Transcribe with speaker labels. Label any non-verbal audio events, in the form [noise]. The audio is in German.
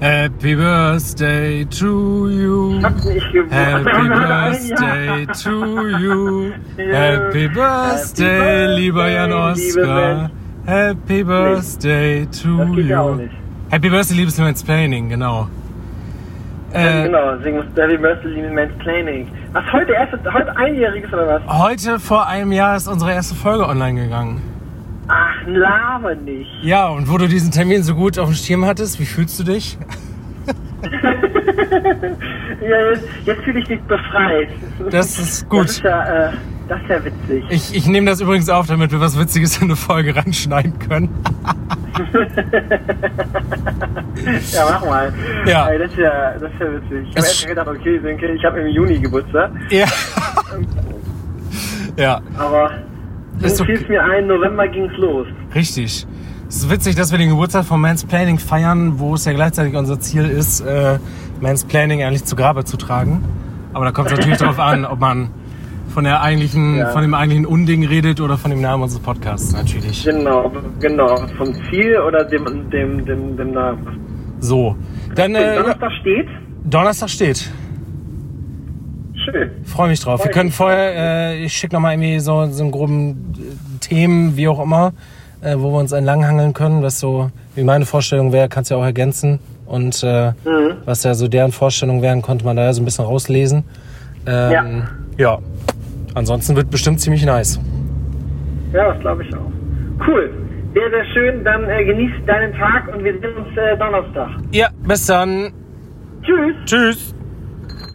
Speaker 1: Happy Birthday to you.
Speaker 2: Hab's nicht gewusst. [laughs]
Speaker 1: Happy Birthday to you. Happy Birthday,
Speaker 2: Birthday,
Speaker 1: lieber Jan Oskar.
Speaker 2: liebe
Speaker 1: Happy Birthday to
Speaker 2: Das geht ja auch
Speaker 1: you.
Speaker 2: nicht.
Speaker 1: Happy Birthday, liebes Lawrence Planning, genau.
Speaker 2: Ja,
Speaker 1: Äh,
Speaker 2: genau, deswegen muss Happy Birthday, liebe Man's Planning. Was, heute erst, heute einjähriges oder was?
Speaker 1: Heute vor einem Jahr ist unsere erste Folge online gegangen.
Speaker 2: Ach, laber nicht.
Speaker 1: Ja, und wo du diesen Termin so gut auf dem Schirm hattest, wie fühlst du dich?
Speaker 2: Ja, jetzt, jetzt fühle ich mich befreit.
Speaker 1: Das ist gut.
Speaker 2: Das ist ja, äh, das ist ja witzig.
Speaker 1: Ich, ich nehme das übrigens auf, damit wir was Witziges in eine Folge reinschneiden können.
Speaker 2: Ja, mach mal.
Speaker 1: Ja.
Speaker 2: Ey, das, ist ja das ist ja witzig. Ich habe
Speaker 1: Es
Speaker 2: erst gedacht, okay, Sönke, ich habe im Juni Geburtstag,
Speaker 1: Ja. [laughs] ja,
Speaker 2: aber
Speaker 1: Ist
Speaker 2: so
Speaker 1: okay.
Speaker 2: fiel es mir ein, November ging's los.
Speaker 1: richtig. Es ist witzig, dass wir den Geburtstag von Man's Planning feiern, wo es ja gleichzeitig unser Ziel ist, äh, Man's Planning eigentlich zu Grabe zu tragen. Aber da kommt es natürlich darauf an, ob man von der eigentlichen,
Speaker 2: Ja.
Speaker 1: von dem eigentlichen Unding redet oder von dem Namen unseres Podcasts natürlich.
Speaker 2: Genau, genau. Vom Ziel oder dem, dem, dem, dem Namen.
Speaker 1: So, dann äh,
Speaker 2: Donnerstag steht.
Speaker 1: Donnerstag steht.
Speaker 2: Schön.
Speaker 1: Freue mich drauf. Wir
Speaker 2: Freu
Speaker 1: können
Speaker 2: mich.
Speaker 1: vorher, äh, ich schicke nochmal irgendwie so, so einen groben äh, Themen, wie auch immer, äh, wo wir uns entlanghangeln können, was so wie meine Vorstellung wäre, kannst du ja auch ergänzen. Und äh, was ja so deren Vorstellung wären, konnte man da ja so ein bisschen rauslesen. Ähm, ja. Ansonsten wird bestimmt ziemlich nice.
Speaker 2: Ja, das glaube ich auch. Cool. Sehr, sehr schön. Dann äh, genieß deinen Tag und wir sehen uns äh, Donnerstag.
Speaker 1: Ja, bis dann.
Speaker 2: Tschüss.
Speaker 1: Tschüss.